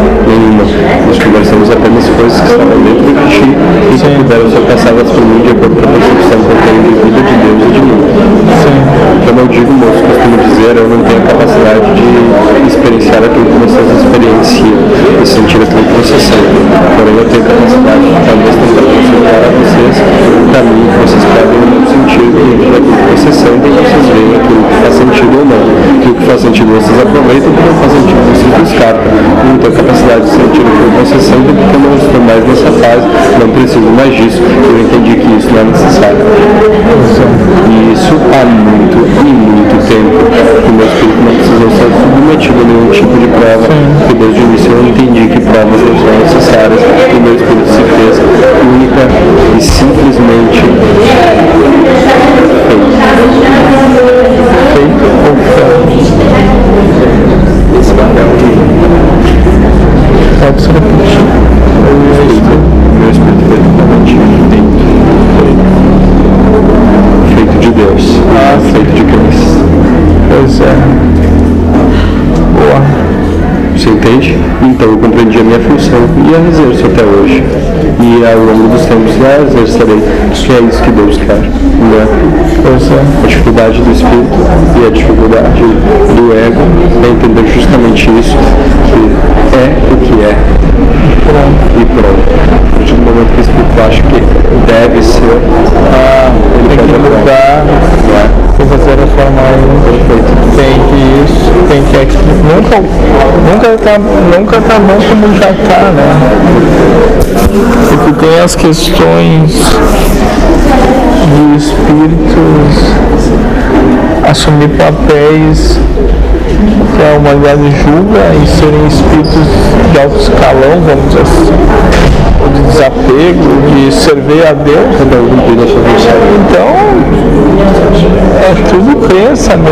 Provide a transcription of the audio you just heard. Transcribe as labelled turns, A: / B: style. A: nenhuma. Nós conversamos apenas coisas que estavam dentro de ti e que puderam ser passadas por mim de acordo com a percepção que eu tenho de vida de Deus e de mim. Como eu digo, moço, costumo dizer, eu não tenho a capacidade de experienciar aquilo que vocês experienciam e sentir aquilo que vocês sentem. Porém, eu tenho capacidade de talvez tentar consertar a vocês o caminho que vocês podem sentir dentro daquilo que vocês sentem, vocês veem aquilo que faz sentido ou não. Aquilo que faz sentido vocês aproveitam, o que não faz sentido vocês descartam. Eu não tenho capacidade de sentir aquilo que vocês sentem porque eu não estou mais nessa fase, não preciso mais disso. Eu entendi que isso não é necessário. E isso há muito e muito tempo. O meu espírito não precisou ser submetido a nenhum tipo de prova, porque desde o início eu entendi que provas não são necessárias. E o meu espírito se fez única e simplesmente feito. Feito ou feito. Esse papel aqui. Pode ser Meu espírito foi totalmente dentro feito de Deus, feito de Cristo. Ah, Pois é. Boa. Você entende? Então eu compreendi a minha função e a exerço até hoje. E ao longo dos tempos a exercerei, que é isso que Deus quer. Né? Pois é. A dificuldade do espírito e a dificuldade do ego é entender justamente isso, que é o que é. E pronto. A partir do momento que o espírito acha que deve ser, ah, ele Né?
B: Tem que
A: pode
B: mudar, vou fazer a forma aí. Tem que isso, tem que aquilo. Nunca, nunca, tá, nunca tá bom como já tá, né? Porque tem as questões de espíritos assumir papéis que a humanidade julga e serem espíritos de alto escalão, vamos dizer assim, ou de desapego, de servir a Deus.
A: Cada um cumprir a sua função.
B: Então, é tudo crença, né?